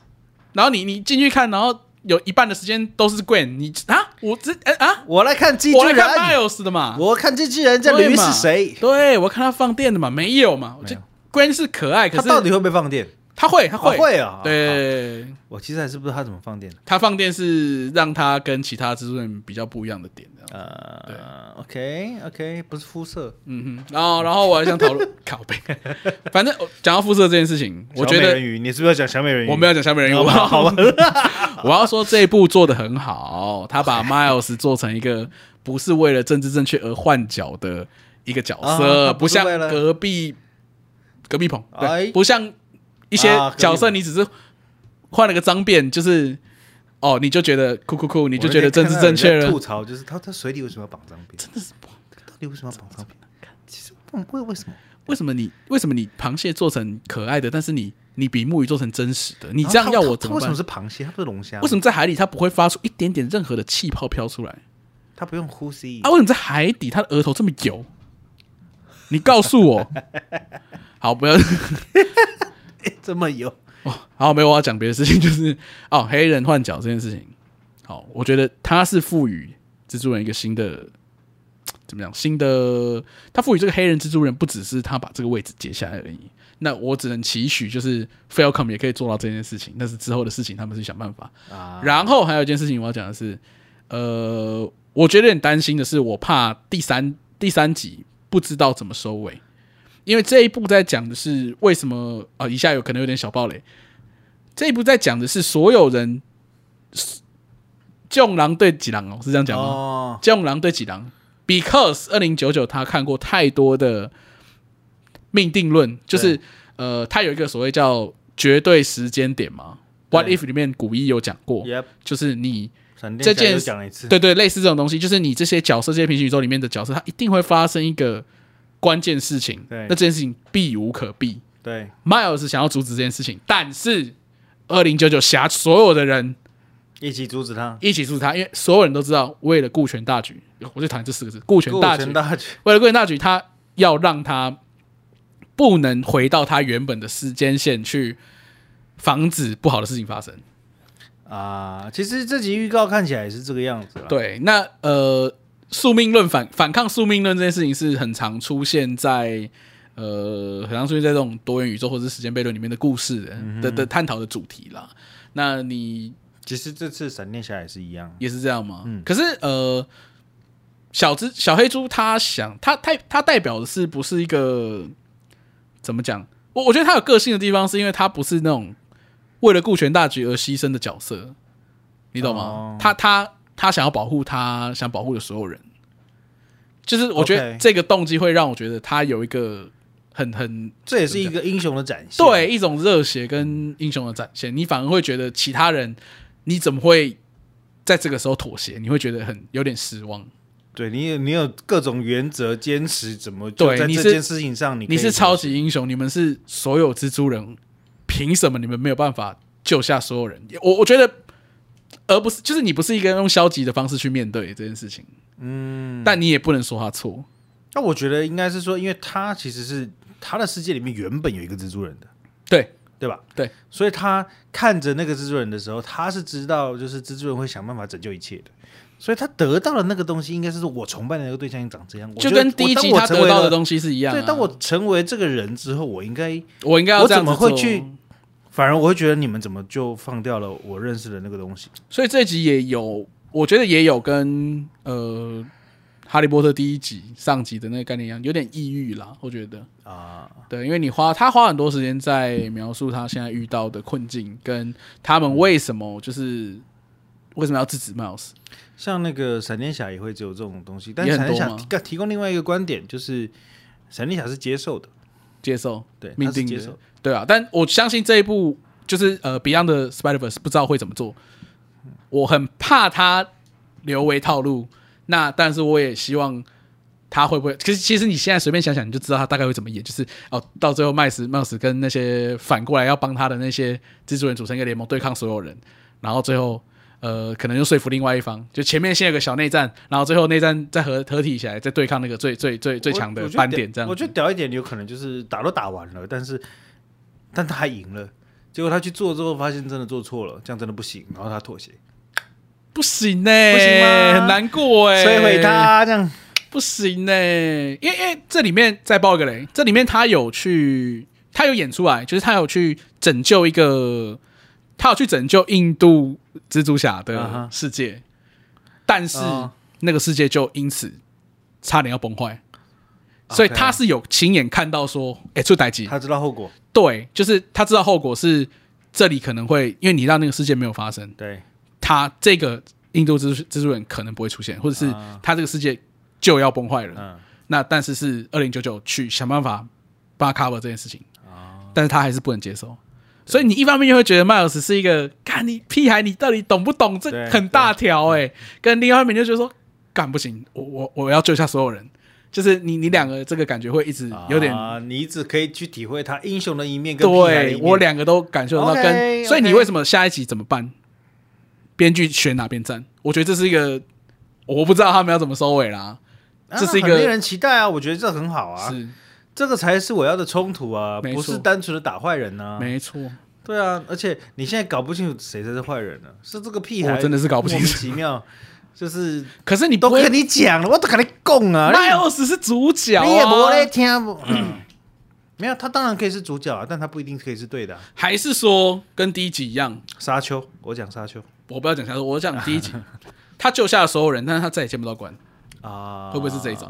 A: 然后你你进去看，然后有一半的时间都是 Gwen，你啊，我这哎啊，
B: 我来看机器
A: 我来看
B: 人，
A: Miles 的嘛，
B: 我看机器人这驴
A: 对
B: 是
A: 嘛
B: 谁？
A: 对我看他放电的嘛，没有嘛，我
B: 没
A: 就
B: 有
A: Gwen 是可爱，可
B: 他
A: 是
B: 到底会不会放电？
A: 他会他
B: 哦
A: 会、
B: 会啊，好，
A: 对，
B: 我其实还是不知道他怎么放电的。
A: 他放电是让他跟其他蜘蛛人比较不一样的点，这样
B: 呃，OK OK，不是肤色，
A: 嗯哼，然后然后我还想讨论 [laughs] 拷贝，反正哦讲到肤色这件事情，我觉
C: 小美
A: 得
C: 人鱼，你是不是要讲小美人鱼？
A: 我没有讲下面人，
C: 好
A: 我
C: 吧，好吧，
A: 我要说这一部做的很好，他
B: [laughs]
A: 把 Miles 做成一个不是为了政治正确而换角的一个角色，
B: 啊他不
A: 不
B: 是
A: 像
B: 为了
A: 隔壁隔壁棚，对，
B: 哎
A: 不像一些
B: 啊隔壁
A: 角色，
B: 棚
A: 你只是换了个脏辫，就是哦，你就觉得酷酷 [laughs] 酷，你
B: 你
A: 就觉得政治正确了
B: 吐。槽就是他他水里为什么要绑脏辫？真的是，到底为什么要绑脏辫？其实我不会为什么。
A: 为什么你为什么你螃蟹做成可爱的，但是你你比目鱼做成真实的，你这样
B: 然后
A: 要
B: 啊他
A: 我
B: 他
A: 怎
B: 他
A: 么
B: 为什
A: 办
B: 么？是螃蟹？它不是龙虾吗？
A: 为什么在海里它不会发出一点点任何的气泡飘出来？
B: 它不用呼吸
A: 啊，？为什么在海底他的额头这么油？你告诉我。好，不要 [laughs]
B: [laughs] 这么有
A: 哦，好，没有我要讲别的事情，就是哦，黑人换角这件事情。好，我觉得他是赋予蜘蛛人一个新的怎么讲？新的他赋予这个黑人蜘蛛人，不只是他把这个位置接下来而已。那我只能期许，就是 Falcom 也可以做到这件事情，但是之后的事情他们是想办法。
B: 啊？
A: 然后还有一件事情我要讲的是，呃，我觉得有点担心的是，我怕第三第三集不知道怎么收尾，因为这一部在讲的是为什么啊、以下有可能有点小暴雷，这一部在讲的是所有人，囧狼对几狼哦，是这样讲吗？
B: 哦，
A: 囧、狼对几狼，because 二零九九他看过太多的命定论，就是呃，他有一个所谓叫绝对时间点嘛。What
B: 对
A: if 里面古一有讲过，
B: Yep，
A: 就是你
B: 闪电
A: 这
B: 侠又
A: 件
B: 讲了一次，
A: 对对类似这种东西，就是你这些角色、这些平行宇宙里面的角色，它一定会发生一个关键事情。
B: 对
A: 那这件事情避无可避。
B: 对
A: Miles 想要阻止这件事情，但是二零九九侠所有的人
B: 一起阻止他。
A: 一起阻止他，因为所有人都知道，为了顾全大局，我就讨厌这四个字——顾全
B: 顾
A: 大局
B: 全。大局，
A: 为了顾全大局，他要让他不能回到他原本的时间线去防止不好的事情发生。
B: 啊，
C: 其实这集预告看起来也是这个样子了。
A: 对，那呃，宿命论反反抗宿命论这件事情是很常出现在呃，很常出现在这种多元宇宙或者是时间悖论里面的故事的、的的探讨的主题啦。那你
C: 其实这次闪电侠也是一样，
A: 也是这样吗？
C: 嗯
A: 可是呃，小蜘小黑猪他想他他他代表的是不是一个怎么讲？我我觉得他有个性的地方，是因为他不是那种为了顾全大局而牺牲的角色，你懂吗？
C: 哦
A: 他他他想要保护他想保护的所有人，就是我觉得
C: OK
A: 这个动机会让我觉得他有一个很很
C: 这也是一个英雄的展现。
A: 对一种热血跟英雄的展现，你反而会觉得其他人你怎么会在这个时候妥协？你会觉得很有点失望。
C: 对，你有你有各种原则坚持，怎么就
A: 对
C: 在
A: 你
C: 这
A: 是
C: 件事情上你可以
A: 你是超级英雄，你们是所有蜘蛛人，凭什么你们没有办法救下所有人？我我觉得，而不是就是你不是一个用消极的方式去面对这件事情，嗯，但你也不能说他错，
C: 那我觉得应该是说，因为他其实是他的世界里面原本有一个蜘蛛人的，
A: 对
C: 对吧？
A: 对，
C: 所以他看着那个蜘蛛人的时候，他是知道就是蜘蛛人会想办法拯救一切的，所以他得到了那个东西，应该是说我崇拜的那个对象长这样，我
A: 就
C: 觉
A: 跟
C: 得
A: 第一集
C: 我当我
A: 他
C: 成
A: 得
C: 为
A: 到的
C: 了
A: 东西是一样、啊。
C: 对，当我成为这个人之后，我应该
A: 我应该要
C: 我
A: 这
C: 怎
A: 样子
C: 么会
A: 做
C: 去？反而我会觉得你们怎么就放掉了我认识的那个东西？
A: 所以这集也有，我觉得也有跟呃《哈利波特》第一集上集的那个概念一样，有点抑郁啦。我觉得啊，对，因为你花他花很多时间在描述他现在遇到的困境，跟他们为什么就是为什么要制止 Miles。
C: 像那个闪电侠也会只有这种东西，但
A: 也
C: 闪
A: 很
C: 电
A: 多
C: 侠
A: 吗
C: 提提供另外一个观点，就是闪电侠是接受的，
A: 接受
C: 对，
A: 命
C: 他是
A: 定
C: 接
A: 的
C: 受的，
A: 对啊，但我相信这一部就是呃 Beyond 的 Spider Verse 不知道会怎么做，我很怕他留为套路。那但是我也希望他会不会？可是其实你现在随便想想，你就知道他大概会怎么演。就是哦，到最后麦斯麦斯跟那些反过来要帮他的那些蜘蛛人组成一个联盟对抗所有人，然后最后呃可能就说服另外一方，就前面先有个小内战，然后最后内战再合合体起来，再对抗那个最最最最强的
B: 我觉得
A: 斑
B: 屌
A: 点这样子。
B: 我觉得屌一点，有可能就是打都打完了，但是但他还赢了，结果他去做之后发现真的做错了，这样真的不行，然后他妥协，
A: 不行呢、
B: 不行吗
A: 很难过哎、
B: 摧毁他这样。
A: 不行呢、因为因为这里面再爆一个雷，这里面他有去，他有演出来，就是他有去拯救一个，他有去拯救印度蜘蛛侠的
B: 啊哈
A: 世界但是
B: 哦
A: 那个世界就因此差点要崩坏。所以
B: OK
A: 他是有亲眼看到说，哎、出歹机，
B: 他知道后果，
A: 对，就是他知道后果是这里可能会，因为你让那个事件没有发生，
B: 对，
A: 他这个印度蜘蛛蜘蛛人可能不会出现，或者是
B: 啊
A: 他这个世界就要崩坏了。
B: 嗯，
A: 那但是是二零九九去想办法帮他 cover 这件事情，
B: 啊
A: 但是他还是不能接受。所以你一方面又会觉得迈尔斯是一个，看你屁孩，你到底懂不懂？这
B: 对
A: 很大条哎、跟另外一方面就觉得说，干不行，我我我要救一下所有人。就是你你两个这个感觉会一直有点，
B: 啊，你只可以去体会他英雄的一面跟屁孩的一
A: 对
B: 面
A: 我两个都感受得到。跟
B: OK，OK
A: 所以你为什么下一集怎么办？编剧选哪边站？我觉得这是一个，我不知道他们要怎么收尾啦。
B: 啊
A: 这是一
B: 很令
A: 个
B: 人期待啊，我觉得这很好啊，
A: 是
B: 这个才是我要的冲突啊，
A: 没
B: 不是
A: 错
B: 单纯的打坏人呐、啊。
A: 没错。
B: 对啊，而且你现在搞不清楚谁才是坏人呢、啊是这个屁孩，
A: 我真的是搞不清楚
B: 莫名其妙，就是
A: 可是你不
B: 都
A: 会
B: 跟你讲了，我都跟你讲啊，
A: 迈尔斯是主角、啊，
B: 你也没在听不？嗯没有，他当然可以是主角啊，但他不一定可以是对的啊、
A: 还是说跟第一集一样？
B: 沙丘，我讲沙丘
A: 我不要讲下说，我讲第一
B: [laughs]
A: 集，他救下了所有人，但是他再也见不到关，
B: 啊，
A: 会不会是这种？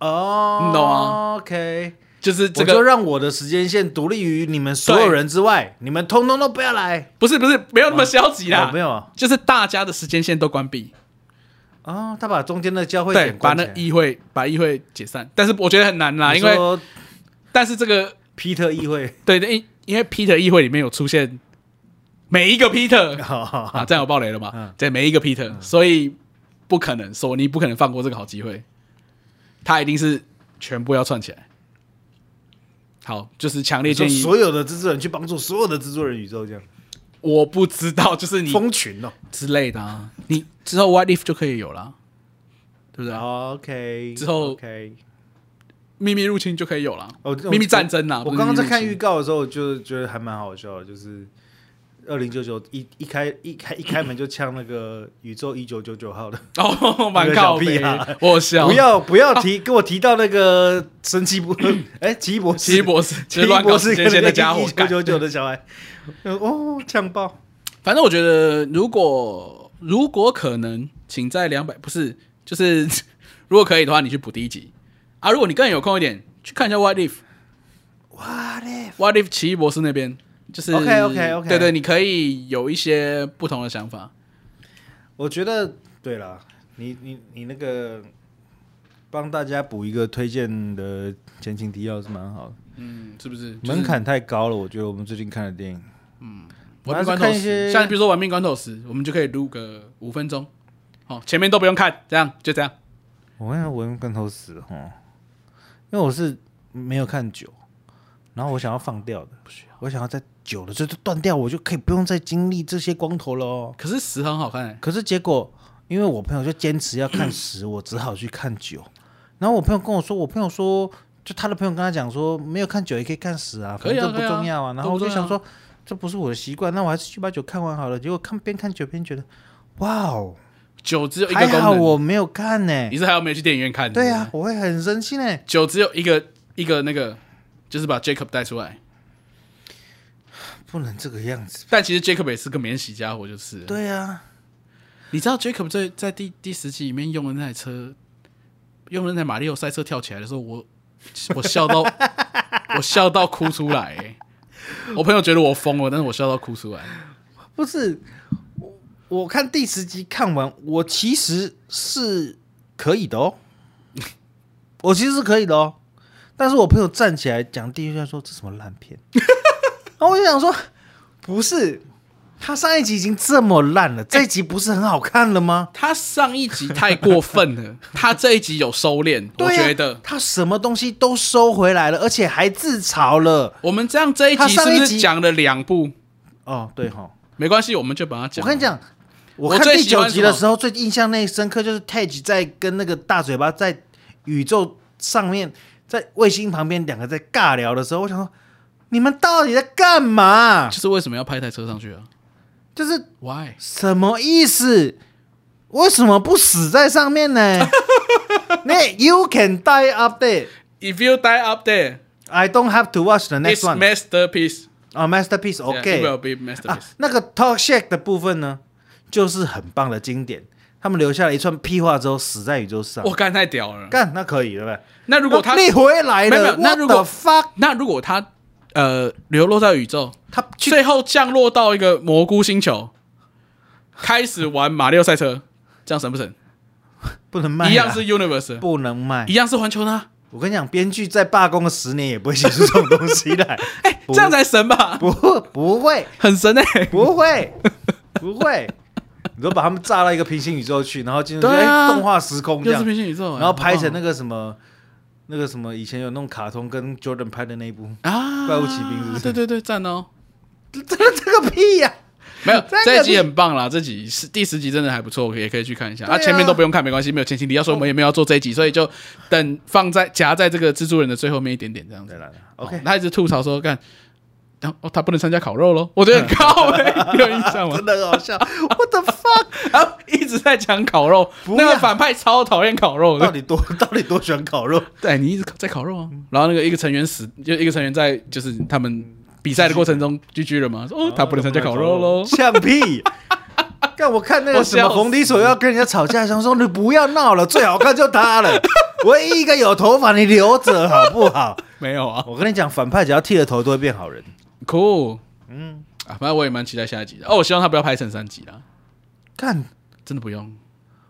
B: 哦，
A: 你懂吗
B: ？OK，
A: 就是这
B: 我就
A: 个
B: 让我的时间线独立于你们所有
A: 对
B: 人之外，你们通通都不要来。
A: 不是不是没有那么消极啦，
B: 哦没有啊
A: 就是大家的时间线都关闭，
B: 哦，他把中间的教会
A: 对，
B: 点
A: 把
B: 关起
A: 那
B: 来。
A: 议会把议会解散，但是我觉得很难啦，
B: 你
A: 因为
B: 说
A: 但是这个
B: 皮特议会，
A: 对，因因为 Peter 议会里面有出现每一个 Peter，啊，
B: [laughs] 好
A: 这样有暴雷了
B: 嗯
A: 嘛？对，每一个 Peter，、所以不可能，索尼不可能放过这个好机会，他一定是全部要串起来。好，就是强烈
B: 你说
A: 建议，
B: 所有的蜘蛛人去帮助所有的蜘蛛人宇宙这样
A: 我不知道，就是你
B: 蜂群哦。
A: 之类的啊，你之后 What If 就可以有了，对不对？
B: OK，
A: 啊之后
B: OK，
A: 秘密入侵就可以有了，
B: 哦
A: 秘密战争啊！
B: 我
A: 不是
B: 刚刚在
A: 秘密入侵
B: 看预告的时候，我就觉得还蛮好笑的，就是二零九九一一开一开一开门就呛那个宇宙一九九九号的，
A: 哦，
B: 那
A: 蛮
B: 个
A: 靠
B: 小
A: 背
B: 屁啊，
A: 我笑，
B: 不要不要提跟我提到那个神奇博， [coughs] 哎，奇异博士，
A: 奇异博士，奇
B: 奇异
A: 异
B: 博
A: 博
B: 士
A: 士这
B: 跟那
A: 些
B: 个
A: 的家伙
B: 一，九
A: 干
B: 九九的小孩，哦，呛爆，
A: 反正我觉得，如果如果可能，请在两百不是，就是 [laughs] 如果可以的话，你去补第一集啊。如果你更有空一点，去看一下《What If》，《
B: 哇嘞，
A: What If》奇异博士那边，就是
B: OK，OK，OK
A: 对对，你可以有一些不同的想法。
B: 我觉得对了，你你你那个帮大家补一个推荐的前情提要是蛮好的。
A: 嗯，是不是、就是
B: 门？槛太高了，我觉得我们最近看的电影，
A: 玩命关头
B: 还是看一
A: 时，
B: 些
A: 像比如说《玩命关头时》，我们就可以录个五分钟，哦，前面都不用看，这样就这样。
B: 我看我用跟头死哈，因为我是没有看久，然后我想要放掉的，我想要在久了就就断掉，我就可以不用再经历这些光头了哦。
A: 可是十很好看、欸，
B: 可是结果，因为我朋友就坚持要看十，我只好去看九。然后我朋友跟我说，我朋友说，就他的朋友跟他讲说，没有看九也可以看十啊，
A: 可
B: 反
A: 以啊
B: 正这不
A: 可以啊
B: 重要啊。然后我
A: 都
B: 就
A: 不重要
B: 想说，这不是我的习惯，那我还是去把九看完好了。结果看边看九边觉得，哇哦，
A: 九只有一个
B: 还
A: 功
B: 好
A: 能，
B: 我没有看呢、
A: 你是还有没有去电影院看？
B: 对
A: 是不
B: 啊
A: 是，
B: 我会很生气呢、
A: 九只有一个一个那个，就是把 Jacob 带出来，
B: 不能这个样子。
A: 但其实 Jacob 也是个免洗家伙，就是了。
B: 对啊，
A: 你知道 Jacob 在在第第十集里面用的那台车，用的那台马里奥赛车跳起来的时候，我我笑到 [laughs] 我笑到哭出来、欸我朋友觉得我疯了，但是我笑到哭出来。
B: 不是我，我看第十集看完，我其实是可以的哦， [laughs] 我其实是可以的哦。 [laughs] 但是我朋友站起来讲第一句话说：“这什么烂片？”然后我就想说，不是，他上一集已经这么烂了，这一集不是很好看了吗？
A: 他上一集太过分了， [laughs] 他这一集有收敛，我
B: 对呀啊
A: 觉得。
B: 他什么东西都收回来了，而且还自嘲了。
A: 我们这样这一
B: 他
A: 集
B: 上
A: 是
B: 一
A: 不
B: 集
A: 是讲了两部？
B: 哦，对哈，
A: 没关系，我们就把它讲。
B: 我跟你，讲，我
A: 我
B: 看
A: 最
B: 第
A: 喜欢
B: 九集的
A: 什么
B: 时候，最印象那深刻就是 Tage 在跟那个大嘴巴在宇宙上面，在卫星旁边两个在尬聊的时候，我想说，你们到底在干嘛？
A: 就是为什么要派台车上去啊
B: 就是
A: ？Why？
B: 什么意思？为什么不死在上面呢？那 [laughs] You can die up there.
A: If you die up there,
B: I don't have to watch the
A: it's
B: next one.
A: masterpiece.
B: 啊、m a s t e r p i e c e o
A: Yeah,
B: k
A: it will be
B: 啊
A: masterpiece.，
B: 那个 Talk Shack 的部分呢，就是很棒的经典。他们留下了一串屁话之后，死在宇宙上
A: 我。Oh, 干太屌了。
B: 干，那可以了呗。
A: 那如
B: 如
A: 果他
B: 你回来
A: 没有没
B: 了
A: 有，那如果
B: what the fuck
A: 那如果他呃流落在宇宙，
B: 他去
A: 最后降落到一个蘑菇星球，开始玩马六赛车，这样神不神？
B: 不能卖啊，
A: 一样是 Universe，
B: 不能卖啊
A: 一。样是环球呢？
B: 我跟你讲，编剧在罢工了十年也不会写出这种东西
A: [laughs]
B: 来。哎
A: 这样才神吧？
B: 不不会
A: 很神哎、
B: 不会 [laughs] 不会，你都把他们炸到一个平行宇宙去，然后进入
A: 对啊
B: 哎动画时空这
A: 又
B: 样
A: 是，平行宇宙欸、
B: 然后拍成那
A: 个
B: 个什么那个什么以前有那种卡通跟 Jordan 拍的那一部。
A: 啊，
B: 怪物骑兵是不是
A: 对对对，赞哦！
B: 这 [laughs] 这个屁呀、
A: 没有
B: 这个
A: 这一集很棒啦，这集是第十集真的还不错，也可以去看一下。
B: 对啊
A: 前面都不用看，没关系，没有前情提要，所以我们也没有要做这一集，所以就等放在夹在这个蜘蛛人的最后面一点点这样子
B: 对。了
A: 哦
B: ，OK，、
A: 他一直吐槽说干。然后他不能参加烤肉咯，我觉得很靠背，你有印象吗
B: [laughs] 真？的很好笑。What the fuck？
A: [laughs] 然后一直在讲烤肉，
B: 不
A: 那个
B: 要
A: 反派超讨厌烤肉的
B: 到，底多到底多喜欢烤肉？
A: 对你一直在烤肉啊，然后那个一个成员死，就一个成员在就是他们比赛的过程中 GG 了嘛，说哦他不能参加烤肉
B: [laughs]
A: 喽。
B: 像屁！看我看那
A: 我
B: 个什
A: 笑
B: 么
A: 死
B: 红迪手要跟人家吵架，想说你不要闹了，最好看就他
A: [laughs]
B: 了，唯一一个有头发你留着好不好？
A: 没有啊
B: 我跟你讲，反派只要剃了头都会变好人。
A: ，cool，嗯啊，反正我也蛮期待下一集的哦，我希望他不要拍成三集啦，
B: 看
A: 真的不用。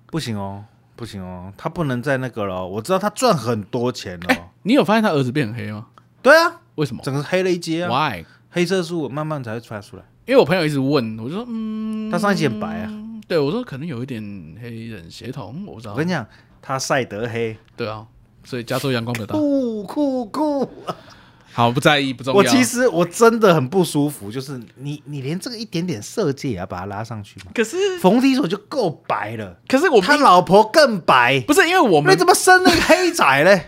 B: 不行哦，不行哦，他不能再那个了哦。我知道他赚很多钱
A: [laughs]
B: 了哦。
A: 你有发现他儿子变很黑吗？
B: 对啊，
A: 为什么
B: 整个黑了一阶啊，
A: ？Why？
B: 黑色素慢慢才会穿出来。
A: 因为我朋友一直问，我就说嗯，
B: 他上一集很白啊，
A: 对我说可能有一点黑人血统，我不知
B: 我
A: 道
B: 跟。你讲，他赛德黑，
A: 对啊，所以加州阳光北大，
B: 酷酷酷！
A: 好不在意不重要。
B: 我其实我真的很不舒服，就是你你连这个一点点色戒也要把它拉上去吗？
A: 可是
B: 冯迪手就够白了，
A: 可是我
B: 他
A: 们
B: 老婆更白，
A: 不是因为我们
B: 你怎么生那个黑仔
A: [laughs]
B: 嘞？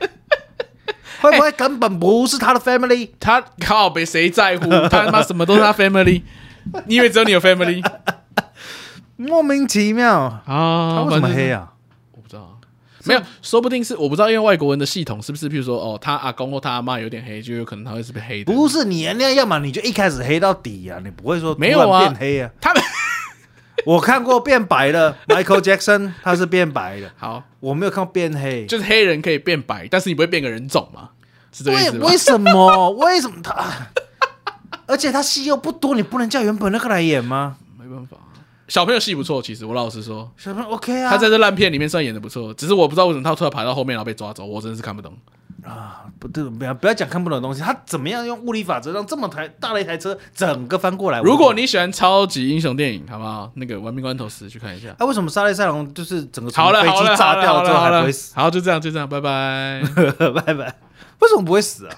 B: 会不会根本不是他的 family？
A: 他靠北谁在乎？他他妈什么都是他 family，你以为只有你有 family
B: [laughs] 莫名其妙，他
A: 啊？
B: 为什么
A: 反正
B: 黑？啊？
A: 我不知道，没有，说不定是我不知道，因为外国人的系统是不是，譬如说哦，他阿公或他阿妈有点黑，就有可能他会是被黑的。
B: 不是你那样，要么你就一开始黑到底啊，你不会说
A: 没有啊
B: 突然变黑啊。
A: 他们，
B: 我看过变白的 Michael Jackson，他是变白的
A: 好，
B: 我没有看过变黑。
A: 就是黑人可以变白，但是你不会变个人种嘛？是这个意
B: 为
A: 思吗
B: 为？什么？为什么他？ [laughs] 而且他戏又不多，你不能叫原本那个来演吗？
A: 没办法，小朋友戏不错，其实我老实说。
B: 什么 OK 啊？
A: 他在这烂片里面算演的不错，只是我不知道为什么他突然爬到后面然后被抓走，我真的是看不懂。
B: 啊不对，不要不要讲看不懂的东西，他怎么样用物理法则让这么台大的一台车整个翻过来？
A: 如
B: 哎我
A: 果
B: 不懂
A: 你喜欢超级英雄电影，好不好？那个《玩命关头十》去看一下。
B: 啊，为什么沙利塞隆就是整个从
A: 好了，
B: 飞
A: 好
B: 机
A: 了，
B: 炸掉之后
A: 好
B: 还
A: 了
B: 不会，死？ [laughs]
A: 好，就这样，就这样，拜拜。
B: 拜拜，为什么不会死啊？